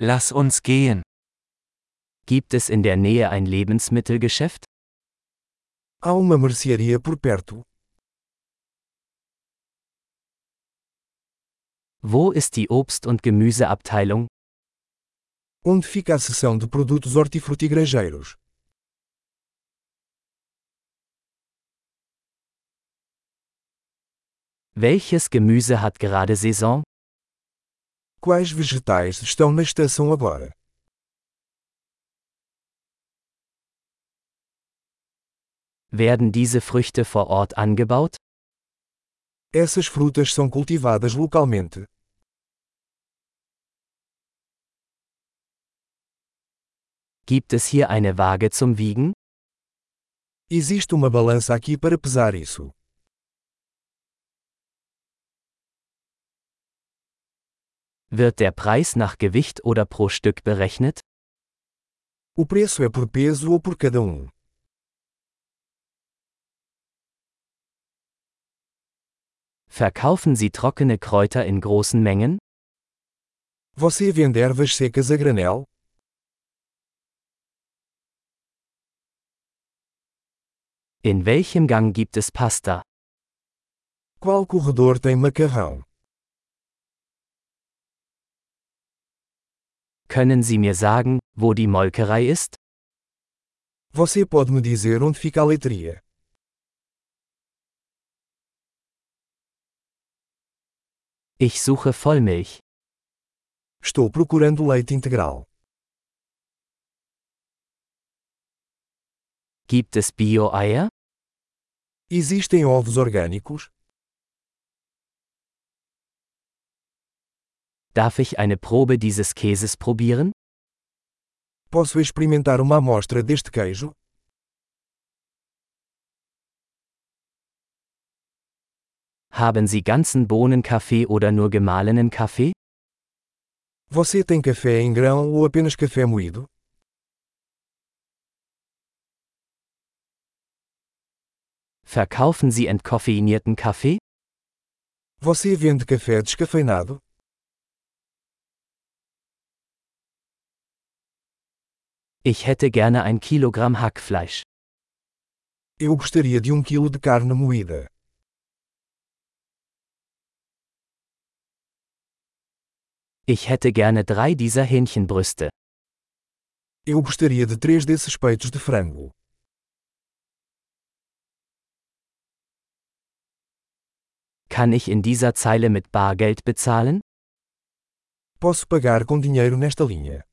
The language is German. Lass uns gehen. Gibt es in der Nähe ein Lebensmittelgeschäft? Há uma mercearia por perto. Wo ist die Obst- und Gemüseabteilung? Onde fica a seção de produtos hortifrutigranjeiros? Welches Gemüse hat gerade Saison? Quais vegetais estão na estação agora? Werden diese Früchte vor Ort angebaut? Essas frutas são cultivadas localmente. Gibt es hier eine Waage zum Wiegen? Existe uma balança aqui para pesar isso. Wird der Preis nach Gewicht oder pro Stück berechnet? O preço é por peso ou por cada um. Verkaufen Sie trockene Kräuter in großen Mengen? Você vende ervas secas a granel? In welchem Gang gibt es Pasta? Qual corredor tem macarrão? Können Sie mir sagen, wo die Molkerei ist? Você pode me dizer onde fica a leitria? Ich suche Vollmilch. Estou procurando leite integral. Gibt es Bio-Eier? Existem ovos orgânicos? Darf ich eine Probe dieses Käses probieren? Posso experimentar uma amostra deste queijo? Haben Sie ganzen Bohnenkaffee oder nur gemahlenen Kaffee? Você tem café em grão ou apenas café moído? Verkaufen Sie entkoffeinierten Kaffee? Você vende café descafeinado? Ich hätte gerne ein Kilogramm Hackfleisch. Eu gostaria de um quilo de carne moída. Ich hätte gerne drei dieser Hähnchenbrüste. Eu gostaria de três desses peitos de frango. Kann ich in dieser Zeile mit Bargeld bezahlen? Posso pagar com dinheiro nesta linha.